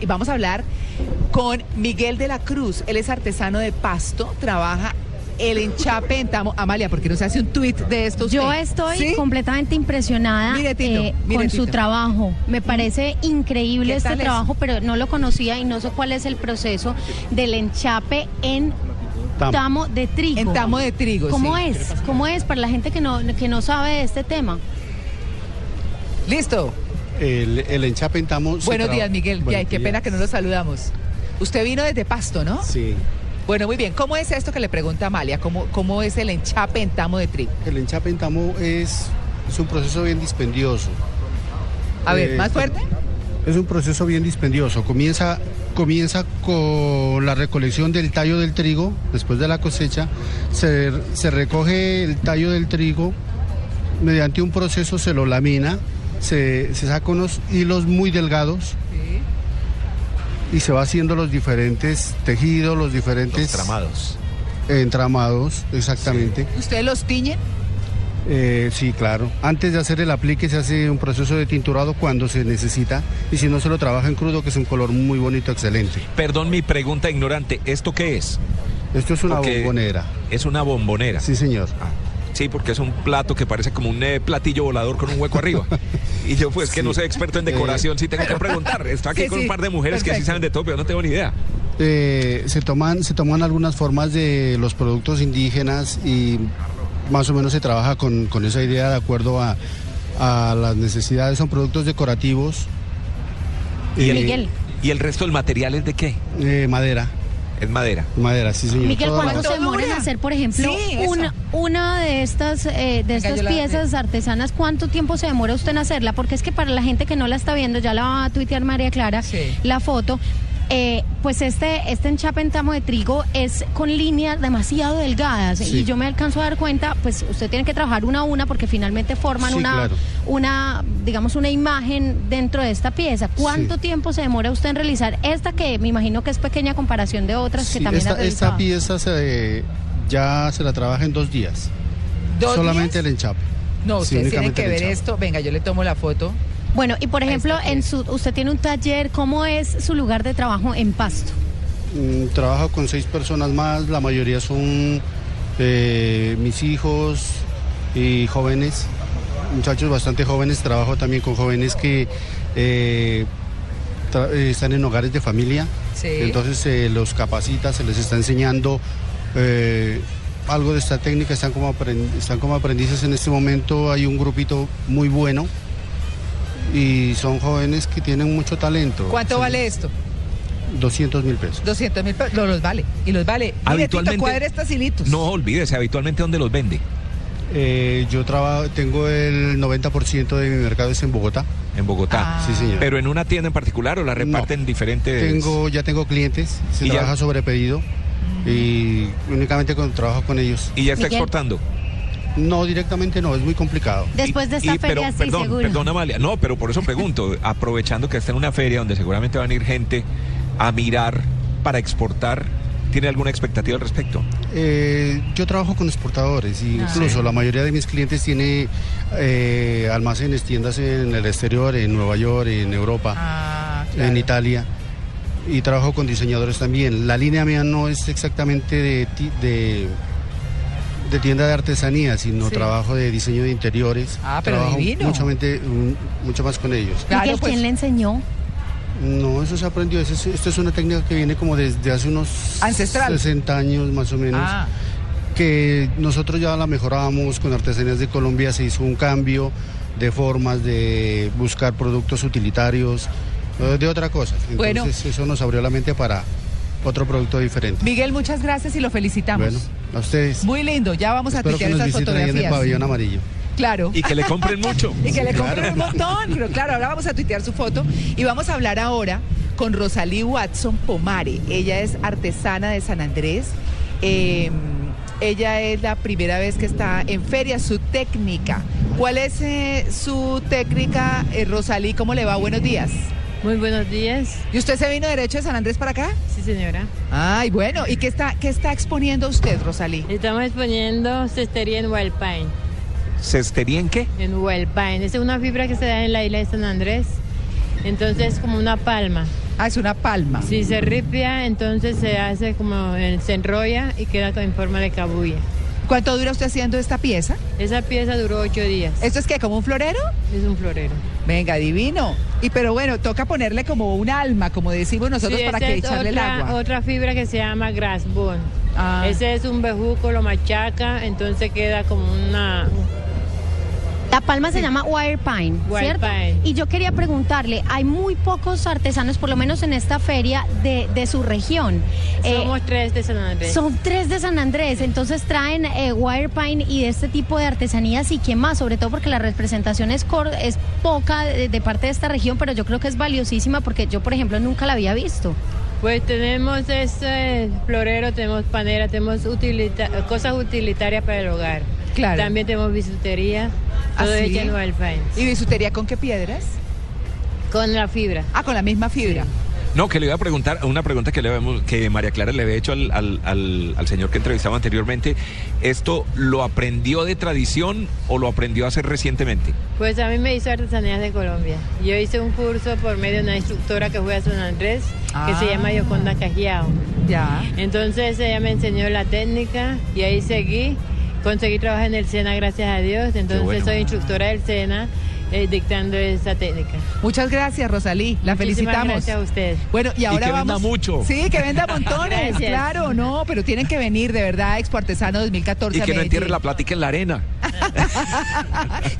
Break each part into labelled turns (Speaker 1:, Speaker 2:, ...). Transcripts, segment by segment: Speaker 1: y vamos a hablar con Miguel de la Cruz. Él es artesano de pasto, trabaja el enchape en Tamo. Amalia, ¿por qué no se hace un tuit de estos?
Speaker 2: Yo estoy completamente impresionada eh,
Speaker 1: Mire, Tito, mire,
Speaker 2: con su
Speaker 1: Tito.
Speaker 2: trabajo. Me parece
Speaker 1: ¿Qué
Speaker 2: increíble este
Speaker 1: tal es?
Speaker 2: trabajo, pero no lo conocía y no sé cuál es el proceso del enchape en
Speaker 3: Tamo.
Speaker 2: tamo, de trigo.
Speaker 1: En tamo de trigo,
Speaker 2: ¿Cómo
Speaker 1: sí.
Speaker 2: es? ¿Cómo es para la gente que no, que no sabe de este tema?
Speaker 1: Listo.
Speaker 3: El, el enchape en Tamo se
Speaker 1: Buenos
Speaker 3: traba-
Speaker 1: días, Miguel. Ya,
Speaker 3: Buenos
Speaker 1: qué
Speaker 3: días.
Speaker 1: pena que no lo saludamos. Usted vino desde Pasto, ¿no?
Speaker 3: Sí.
Speaker 1: Bueno, muy bien. ¿Cómo es esto que le pregunta Amalia? ¿Cómo, cómo es el enchape en Tamo de trigo?
Speaker 3: El enchape en Tamo es, es un proceso bien dispendioso.
Speaker 1: A ver,
Speaker 3: Eh,
Speaker 1: ¿más fuerte?
Speaker 3: Es un proceso bien dispendioso. Comienza, comienza con la recolección del tallo del trigo, después de la cosecha. Se, se recoge el tallo del trigo, mediante un proceso se lo lamina, se, se saca unos hilos muy delgados y se va haciendo los diferentes tejidos, los diferentes
Speaker 4: tramados.
Speaker 3: entramados, exactamente.
Speaker 1: ¿Ustedes los tiñen?
Speaker 3: Eh, sí, claro. Antes de hacer el aplique se hace un proceso de tinturado cuando se necesita y si no se lo trabaja en crudo, que es un color muy bonito, excelente.
Speaker 4: Perdón mi pregunta ignorante, ¿esto qué es?
Speaker 3: Esto es una
Speaker 4: Porque-
Speaker 3: bombonera.
Speaker 4: Es una bombonera.
Speaker 3: Sí, señor.
Speaker 4: Ah, sí, porque es un plato que parece como un eh, platillo volador con un hueco arriba. Y yo pues que
Speaker 3: Sí. Eh.
Speaker 4: no soy experto en decoración, sí tengo que preguntar. Estoy aquí
Speaker 1: Sí,
Speaker 4: con
Speaker 1: sí,
Speaker 4: un par de mujeres que sí
Speaker 1: perfecto.
Speaker 4: saben de todo, pero no tengo ni idea.
Speaker 3: Eh, se, toman, se toman algunas formas de los productos indígenas y más o menos se trabaja con, con esa idea de acuerdo a, a las necesidades. Son productos decorativos.
Speaker 4: Y el-
Speaker 2: Miguel.
Speaker 4: ¿Y el resto del material es de qué?
Speaker 3: Eh, madera.
Speaker 4: Es madera.
Speaker 3: Madera, sí, señor.
Speaker 2: Miguel,
Speaker 3: Todas
Speaker 2: ¿cuánto
Speaker 3: las-
Speaker 2: se demora en
Speaker 1: dura?
Speaker 2: hacer, por ejemplo,
Speaker 1: Sí, esa.
Speaker 2: una, una de estas, eh, de estas
Speaker 1: yo la-
Speaker 2: piezas artesanas? ¿Cuánto tiempo se demora usted en hacerla? Porque es que para la gente que no la está viendo, ya la va a tuitear María Clara
Speaker 1: Sí.
Speaker 2: la foto. eh, pues este, este enchape en tamo de trigo es con líneas demasiado delgadas
Speaker 3: Sí.
Speaker 2: y yo me alcanzo a dar cuenta, pues usted tiene que trabajar una a una porque finalmente forman
Speaker 3: Sí,
Speaker 2: una,
Speaker 3: claro.
Speaker 2: una, digamos, una imagen dentro de esta pieza. ¿Cuánto
Speaker 3: Sí.
Speaker 2: tiempo se demora usted en realizar esta que me imagino que es pequeña a comparación de otras que
Speaker 3: Sí,
Speaker 2: también ha
Speaker 3: esta, esta
Speaker 2: realizado?
Speaker 3: pieza se, ya se la trabaja en dos días.
Speaker 1: ¿Dos
Speaker 3: Solamente
Speaker 1: días?
Speaker 3: el enchape.
Speaker 1: No,
Speaker 3: Sí,
Speaker 1: ustedes tienen
Speaker 3: únicamente
Speaker 1: que
Speaker 3: el
Speaker 1: ver
Speaker 3: enchape.
Speaker 1: esto. Venga, yo le tomo la foto.
Speaker 2: Bueno, y por ejemplo,
Speaker 1: Esta
Speaker 2: en
Speaker 1: pieza.
Speaker 2: su, usted tiene un taller, ¿cómo es su lugar de trabajo en Pasto?
Speaker 3: Mm, trabajo con seis personas más, la mayoría son eh, mis hijos y jóvenes, muchachos bastante jóvenes. Trabajo también con jóvenes que eh, tra- eh, están en hogares de familia.
Speaker 1: Sí.
Speaker 3: Entonces se los capacita, se les está enseñando eh, algo de esta técnica. Están como, apren- están como aprendices en este momento. Hay un grupito muy bueno y son jóvenes que tienen mucho talento.
Speaker 1: ¿Cuánto
Speaker 3: Se-
Speaker 1: vale esto?
Speaker 3: 200 mil pesos.
Speaker 1: 200 mil pesos. No, los vale. Y los vale. Mire, Tito,
Speaker 4: Habitualmente-
Speaker 1: cuadre estas hilitos.
Speaker 4: No olvídese, habitualmente dónde los vende.
Speaker 3: Eh, yo trabajo, tengo el 90% de mi mercado es en Bogotá.
Speaker 4: En Bogotá.
Speaker 1: Ah.
Speaker 3: Sí, señor.
Speaker 4: Pero en una tienda en particular o la reparten en diferentes.
Speaker 3: tengo, ya tengo clientes, se
Speaker 4: ¿Y ya?
Speaker 3: trabaja sobre pedido y únicamente con, trabajo con ellos.
Speaker 4: Y ya está
Speaker 2: Miguel.
Speaker 4: exportando.
Speaker 3: No, directamente no, es muy complicado.
Speaker 2: Después de
Speaker 4: Y-
Speaker 2: esta
Speaker 4: y-
Speaker 2: feria,
Speaker 4: pero,
Speaker 2: sí,
Speaker 4: perdón,
Speaker 2: seguro.
Speaker 4: Perdón, Amalia. No, pero por eso pregunto, aprovechando que está en una feria donde seguramente van a ir gente a mirar para exportar, ¿tiene alguna expectativa al respecto?
Speaker 3: Eh, yo trabajo con exportadores y
Speaker 1: Ah.
Speaker 3: incluso
Speaker 4: Sí.
Speaker 3: la mayoría de mis clientes tiene eh, almacenes, tiendas en el exterior, en Nueva York, en Europa.
Speaker 1: Ah,
Speaker 3: en
Speaker 1: claro.
Speaker 3: Italia y trabajo con diseñadores también. La línea mía no es exactamente de, ti- de, de tienda de artesanía, sino
Speaker 1: Sí.
Speaker 3: trabajo de diseño de interiores.
Speaker 1: Ah, pero
Speaker 3: trabajo
Speaker 1: divino.
Speaker 3: mucho, mente- un- mucho más con ellos.
Speaker 1: Claro,
Speaker 2: Miguel,
Speaker 1: pues.
Speaker 2: ¿quién le enseñó?
Speaker 3: No, eso se aprendió. eso es- esto es una técnica que viene como desde hace unos
Speaker 1: Ancestral.
Speaker 3: 60 años más o menos.
Speaker 1: Ah,
Speaker 3: Que nosotros ya la mejorábamos con Artesanías de Colombia, se hizo un cambio de formas de buscar productos utilitarios, eh, de otra cosa. Entonces
Speaker 1: Bueno.
Speaker 3: eso nos abrió la mente para otro producto diferente.
Speaker 1: Miguel, muchas gracias y lo felicitamos.
Speaker 3: Bueno, a ustedes.
Speaker 1: Muy lindo, ya vamos a
Speaker 3: Espero que
Speaker 1: tuitear
Speaker 3: nos
Speaker 1: esas
Speaker 3: visiten ahí en el
Speaker 1: fotografías.
Speaker 3: pabellón amarillo.
Speaker 1: Claro.
Speaker 4: Y que le compren mucho.
Speaker 1: Y que le compren un montón. Pero claro, ahora vamos a tuitear su foto y vamos a hablar ahora con Rosalí Watson Pomare. Ella es artesana de San Andrés. Eh, ella es la primera vez que está en feria. Su técnica. ¿Cuál es eh, su técnica, eh, Rosalí? ¿Cómo le va? Buenos días.
Speaker 5: Muy buenos días,
Speaker 1: ¿Y usted se vino derecho de San Andrés para acá?
Speaker 5: sí señora.
Speaker 1: Ay, bueno. ¿Y qué está, qué está exponiendo usted, Rosalí?
Speaker 5: Estamos exponiendo cestería en Huelpain.
Speaker 4: ¿Cestería en qué?
Speaker 5: En Huelpain, es una fibra que se da en la isla de San Andrés. Entonces es como una palma.
Speaker 1: Ah, es una palma.
Speaker 5: Si se ripia, entonces se hace como, eh, se enrolla y queda con- en forma de cabulla.
Speaker 1: ¿Cuánto dura usted haciendo esta pieza?
Speaker 5: Esa pieza duró ocho días.
Speaker 1: ¿Esto es qué, como un florero?
Speaker 5: Es un florero.
Speaker 1: Venga, divino. Y pero bueno, toca ponerle como un alma, como decimos nosotros,
Speaker 5: Sí,
Speaker 1: para
Speaker 5: esa
Speaker 1: que
Speaker 5: es
Speaker 1: echarle
Speaker 5: otra,
Speaker 1: el agua.
Speaker 5: otra fibra que se llama grass bone.
Speaker 1: Ah.
Speaker 5: Ese es un bejuco, lo machaca, entonces queda como una...
Speaker 2: La palma se llama wire pine,
Speaker 5: Wire
Speaker 2: ¿cierto?
Speaker 5: pine.
Speaker 2: Y yo quería preguntarle, hay muy pocos artesanos, por lo menos en esta feria, de, de su región. Eh,
Speaker 5: Somos tres de San Andrés.
Speaker 2: son tres de San Andrés, entonces traen eh, wire pine y de este tipo de artesanías y qué más, sobre todo porque la representación es, cor- es poca de, de parte de esta región, pero yo creo que es valiosísima porque yo, por ejemplo, nunca la había visto.
Speaker 5: Pues tenemos ese florero, tenemos panera, tenemos utilita- cosas utilitarias para el hogar.
Speaker 1: Claro.
Speaker 5: También tenemos bisutería, todo
Speaker 1: ¿Ah, sí?
Speaker 5: hecho en Wild Pines.
Speaker 1: ¿Y bisutería con qué piedras?
Speaker 5: Con la fibra.
Speaker 1: Ah, con la misma fibra.
Speaker 4: No, que le iba a preguntar, una pregunta que, le habíamos- que María Clara le había hecho al, al- al- al señor que entrevistaba anteriormente. ¿Esto lo aprendió de tradición o lo aprendió a hacer recientemente?
Speaker 5: Pues a mí me hizo artesanías de Colombia. Yo hice un curso por medio de una instructora que fue a San Andrés, que
Speaker 1: Ah.
Speaker 5: se llama Yoconda Cajiao.
Speaker 1: Ya.
Speaker 5: Entonces ella me enseñó la técnica y ahí seguí. Conseguí trabajar en el SENA, gracias a Dios. Entonces
Speaker 4: bueno.
Speaker 5: soy instructora del SENA eh, dictando esa técnica.
Speaker 1: Muchas gracias, Rosalí. La
Speaker 5: Muchísimas
Speaker 1: felicitamos.
Speaker 5: Gracias a usted.
Speaker 1: Bueno, y ahora
Speaker 4: que venda
Speaker 1: vamos.
Speaker 4: mucho.
Speaker 1: Sí, que venda montones,
Speaker 5: Gracias.
Speaker 1: claro, no, pero tienen que venir de verdad Expo Artesano 2014.
Speaker 4: Y
Speaker 1: a
Speaker 4: que no
Speaker 1: Medellín.
Speaker 4: entierre la plática en la arena.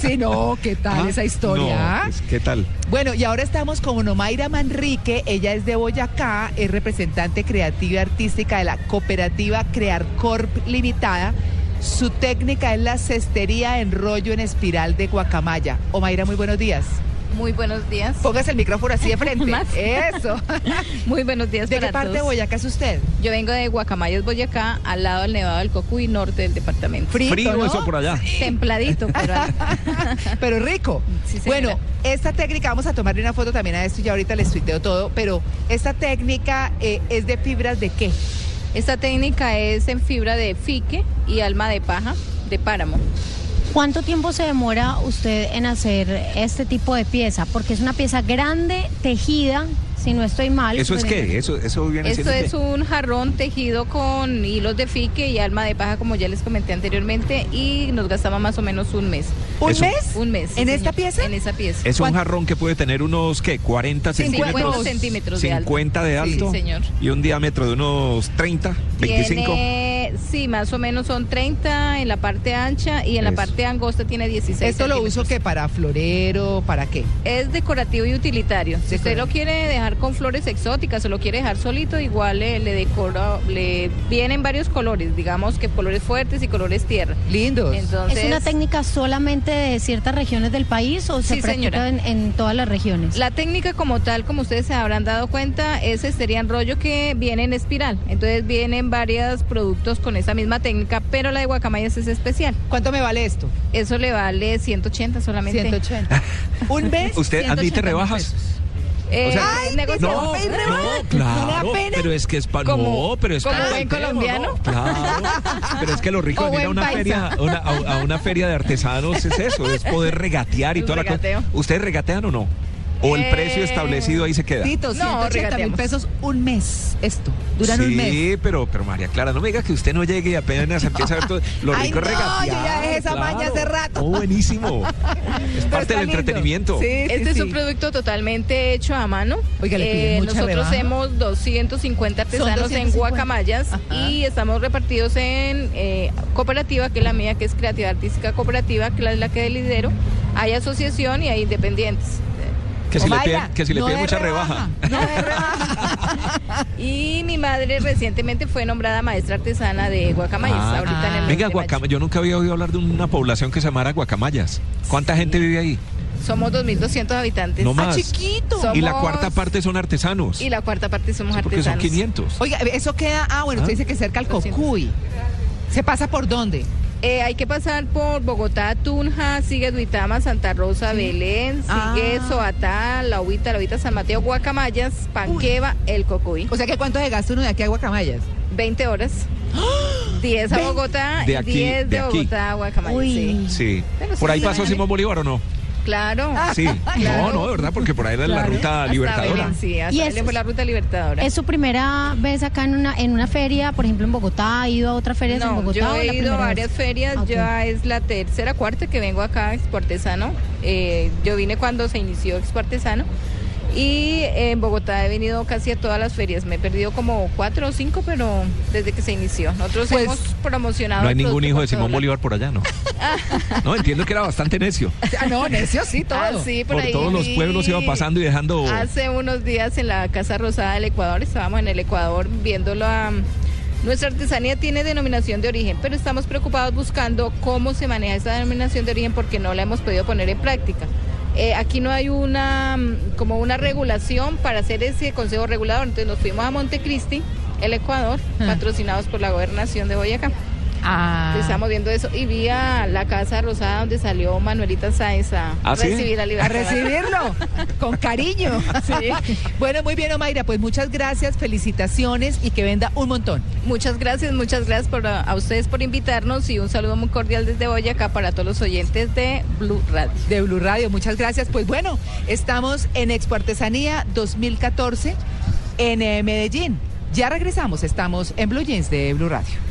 Speaker 1: Sí, no, ¿qué tal
Speaker 4: ¿Ah?
Speaker 1: esa historia?
Speaker 4: No,
Speaker 1: ah?
Speaker 4: pues, ¿Qué tal?
Speaker 1: Bueno, y ahora estamos con Omaira Manrique, ella es de Boyacá, es representante creativa y artística de la cooperativa Crear Corp Limitada. Su técnica es la cestería en rollo en espiral de guacamaya. Omaira, muy buenos días.
Speaker 6: Muy buenos días.
Speaker 1: Póngase el micrófono así de frente.
Speaker 6: Más.
Speaker 1: Eso.
Speaker 6: Muy buenos días
Speaker 1: ¿De
Speaker 6: para
Speaker 1: qué parte de
Speaker 6: todos.
Speaker 1: Boyacá es usted?
Speaker 6: Yo vengo de Guacamayos, Boyacá, al lado del Nevado del Cocuy, norte del departamento.
Speaker 1: Frito,
Speaker 4: Frío
Speaker 1: ¿no?
Speaker 4: eso por allá.
Speaker 6: Templadito, pero
Speaker 1: pero rico.
Speaker 6: Sí, señora.
Speaker 1: bueno, esta técnica, vamos a tomarle una foto también a esto, ya ahorita les tuiteo todo, pero esta técnica eh, es de fibras de qué?
Speaker 6: esta técnica es en fibra de fique y alma de paja de páramo.
Speaker 2: ¿Cuánto tiempo se demora usted en hacer este tipo de pieza? Porque es una pieza grande, tejida, si no estoy mal.
Speaker 4: ¿Eso es
Speaker 2: pues,
Speaker 4: qué? ¿Eso, eso viene
Speaker 6: Esto
Speaker 4: siendo qué?
Speaker 6: es un jarrón tejido con hilos de fique y alma de paja, como ya les comenté anteriormente, y nos gastaba más o menos un mes.
Speaker 1: ¿Un
Speaker 4: Eso.
Speaker 1: mes?
Speaker 6: Un mes. sí,
Speaker 1: ¿En
Speaker 6: señor,
Speaker 1: esta pieza?
Speaker 6: En esa pieza.
Speaker 4: Es un
Speaker 1: ¿Cuánto?
Speaker 4: jarrón que puede tener unos, ¿qué? 40
Speaker 6: 50
Speaker 4: centímetros.
Speaker 6: centímetros de alto.
Speaker 4: 50 de
Speaker 6: Sí,
Speaker 4: alto.
Speaker 6: señor.
Speaker 4: Y un diámetro de unos 30, 25.
Speaker 6: Tiene, sí, más o menos son 30 en la parte ancha y en la
Speaker 4: Eso.
Speaker 6: parte angosta tiene 16.
Speaker 1: Esto lo
Speaker 6: centímetros.
Speaker 1: uso que para florero, para qué?
Speaker 6: Es decorativo y utilitario. Si usted
Speaker 1: Decorativo.
Speaker 6: lo quiere dejar con flores exóticas o lo quiere dejar solito, igual le, le decora, le vienen varios colores, digamos que colores fuertes y colores tierra.
Speaker 1: Lindos.
Speaker 6: Entonces,
Speaker 2: ¿Es una técnica solamente de ciertas regiones del país o se
Speaker 6: Sí,
Speaker 2: practica
Speaker 6: señora.
Speaker 2: en, en todas las regiones?
Speaker 6: La técnica como tal, como ustedes se habrán dado cuenta, es estería en rollo que viene en espiral. Entonces vienen varios productos con esa misma técnica, pero la de guacamayas es especial.
Speaker 1: ¿Cuánto me vale esto?
Speaker 6: Eso le vale 180 solamente.
Speaker 1: 180. ¿Un mes?
Speaker 4: ¿Usted admite
Speaker 6: 180
Speaker 4: rebajas?
Speaker 6: Eh,
Speaker 4: O sea,
Speaker 6: es negocio.
Speaker 4: No,
Speaker 1: ¿Hay rebajas?
Speaker 4: no,
Speaker 1: ¿No
Speaker 4: claro,
Speaker 1: da pena?
Speaker 4: pero es que es para
Speaker 6: Como-
Speaker 4: no, pero es
Speaker 6: como
Speaker 4: pa'
Speaker 6: buen
Speaker 4: colombiano,
Speaker 6: colombiano.
Speaker 4: ¿no? Claro, pero es que lo rico
Speaker 6: O
Speaker 4: de venir a
Speaker 6: buen
Speaker 4: una
Speaker 6: paisa.
Speaker 4: feria, a una, a- a una feria de artesanos es eso, es poder regatear y
Speaker 6: Un
Speaker 4: toda la
Speaker 6: regateo.
Speaker 4: cosa. ¿Ustedes regatean o no? ¿O el
Speaker 6: Eh,
Speaker 4: precio establecido ahí se queda?
Speaker 1: Tito,
Speaker 6: No,
Speaker 1: 180 mil
Speaker 6: regateamos.
Speaker 1: pesos un mes. Esto. Duran
Speaker 4: sí,
Speaker 1: un mes.
Speaker 4: pero, pero María Clara, no me diga que usted no llegue y apenas empieza a ver todo. Lo
Speaker 1: Ay,
Speaker 4: rico es
Speaker 1: no, yo
Speaker 4: regatear.
Speaker 1: ya dejé esa maña hace rato.
Speaker 4: Oh, buenísimo. Es
Speaker 1: Pero
Speaker 4: parte
Speaker 1: está
Speaker 4: del
Speaker 1: lindo.
Speaker 4: entretenimiento.
Speaker 1: Sí, sí,
Speaker 6: Este es
Speaker 1: sí.
Speaker 6: un producto totalmente hecho a mano. Eh,
Speaker 1: Oiga, le piden mucha
Speaker 6: nosotros
Speaker 1: rebaja.
Speaker 6: hemos 250 artesanos en
Speaker 1: 250.
Speaker 6: Guacamayas
Speaker 1: Ajá.
Speaker 6: y estamos repartidos en eh, cooperativa, que es la mía, que es Creativa Artística Cooperativa, que es la que lidero. Hay asociación y hay independientes.
Speaker 4: Que si le
Speaker 1: Omaira,
Speaker 4: piden, que si le
Speaker 1: no
Speaker 4: piden
Speaker 1: de
Speaker 4: mucha rebaja.
Speaker 1: No de rebaja.
Speaker 6: Y mi madre recientemente fue nombrada maestra artesana de Guacamayas,
Speaker 4: Ah.
Speaker 6: ahorita en el
Speaker 4: Venga,
Speaker 6: mes de mayo.
Speaker 4: Guacamaya, yo nunca había oído hablar de una población que se llamara Guacamayas. ¿Cuánta gente vive ahí?
Speaker 6: Somos 2.200 habitantes.
Speaker 4: No
Speaker 1: Ah,
Speaker 4: más.
Speaker 1: chiquito.
Speaker 6: Somos-
Speaker 4: Y la cuarta parte son artesanos.
Speaker 6: Y la cuarta parte somos
Speaker 4: Sí, porque son
Speaker 6: artesanos.
Speaker 4: 500.
Speaker 1: Oiga, eso queda. Ah, bueno, usted
Speaker 4: ¿Ah?
Speaker 1: dice que cerca al
Speaker 6: 200.
Speaker 1: Cocuy. ¿Se pasa por dónde?
Speaker 6: Eh, hay que pasar por Bogotá, Tunja, sigue Duitama, Santa Rosa, Belén,
Speaker 1: Ah.
Speaker 6: sigue Soatá, La Huita, La Huita, San Mateo, Guacamayas, Panqueva, El Cocuy.
Speaker 1: O sea, que ¿cuánto se gasta uno de aquí a Guacamayas?
Speaker 6: 20 horas. 10 a
Speaker 1: Ve-
Speaker 6: Bogotá
Speaker 4: De
Speaker 6: y
Speaker 4: aquí,
Speaker 6: 10 de,
Speaker 4: de aquí.
Speaker 6: Bogotá a Guacamayas.
Speaker 2: Uy.
Speaker 6: sí.
Speaker 4: Sí.
Speaker 6: Pero
Speaker 4: ¿Por
Speaker 6: sí,
Speaker 4: ahí pasó
Speaker 6: también.
Speaker 4: Simón Bolívar o no?
Speaker 6: claro.
Speaker 4: Sí, no,
Speaker 6: Claro.
Speaker 4: no, de verdad, porque por ahí era la
Speaker 1: Claro.
Speaker 4: ruta
Speaker 6: Hasta
Speaker 4: Ah. libertadora.
Speaker 6: Belén, sí, hasta
Speaker 2: Y
Speaker 6: Belén
Speaker 2: es-
Speaker 6: fue la ruta libertadora.
Speaker 2: ¿Es su primera vez acá en una, en una feria, por ejemplo en Bogotá? ¿Ha ido a otras ferias en
Speaker 6: no,
Speaker 2: Bogotá?
Speaker 6: yo
Speaker 2: o es la
Speaker 6: he ido
Speaker 2: primera
Speaker 6: a varias
Speaker 2: vez?
Speaker 6: ferias,
Speaker 2: Ah, ok.
Speaker 6: ya es la tercera, cuarta que vengo acá a Expo Artesano. Eh, yo vine cuando se inició Expo Artesano y en Bogotá he venido casi a todas las ferias. Me he perdido como cuatro o cinco, pero desde que se inició. Nosotros
Speaker 1: Pues,
Speaker 6: hemos promocionado.
Speaker 4: No hay
Speaker 6: el
Speaker 4: ningún
Speaker 6: producto
Speaker 4: hijo
Speaker 6: por
Speaker 4: de Simón
Speaker 6: todo lado.
Speaker 4: Bolívar por allá, ¿no? No, entiendo que era bastante necio.
Speaker 1: Ah, no, necio sí, todo.
Speaker 6: Ah, sí, por,
Speaker 4: Por
Speaker 6: ahí
Speaker 4: todos los
Speaker 6: vi-
Speaker 4: pueblos iba pasando y dejando...
Speaker 6: Hace unos días en la Casa Rosada del Ecuador, estábamos en el Ecuador viendo la... Nuestra artesanía tiene denominación de origen, pero estamos preocupados buscando cómo se maneja esa denominación de origen porque no la hemos podido poner en práctica. Eh, aquí no hay una mm, como una regulación para hacer ese consejo regulador, entonces nos fuimos a Montecristi, el Ecuador,
Speaker 1: Ah.
Speaker 6: patrocinados por la gobernación de Boyacá.
Speaker 1: Ah.
Speaker 6: Entonces, Estábamos viendo eso y vi a la Casa Rosada donde salió Manuelita Sáenz a
Speaker 4: ¿Ah, sí?
Speaker 6: recibir la
Speaker 1: A
Speaker 6: libertad.
Speaker 1: recibirlo, con cariño. Bueno, muy bien, Omaira, pues muchas gracias, felicitaciones y que venda un montón.
Speaker 6: Muchas gracias, muchas gracias por, a ustedes por invitarnos y un saludo muy cordial desde Boyacá para todos los oyentes de Blue Radio.
Speaker 1: de Blue Radio. Muchas gracias. Pues bueno, estamos en Expo Artesanía 2014 en eh, Medellín. Ya regresamos, estamos en Blue Jeans de Blue Radio.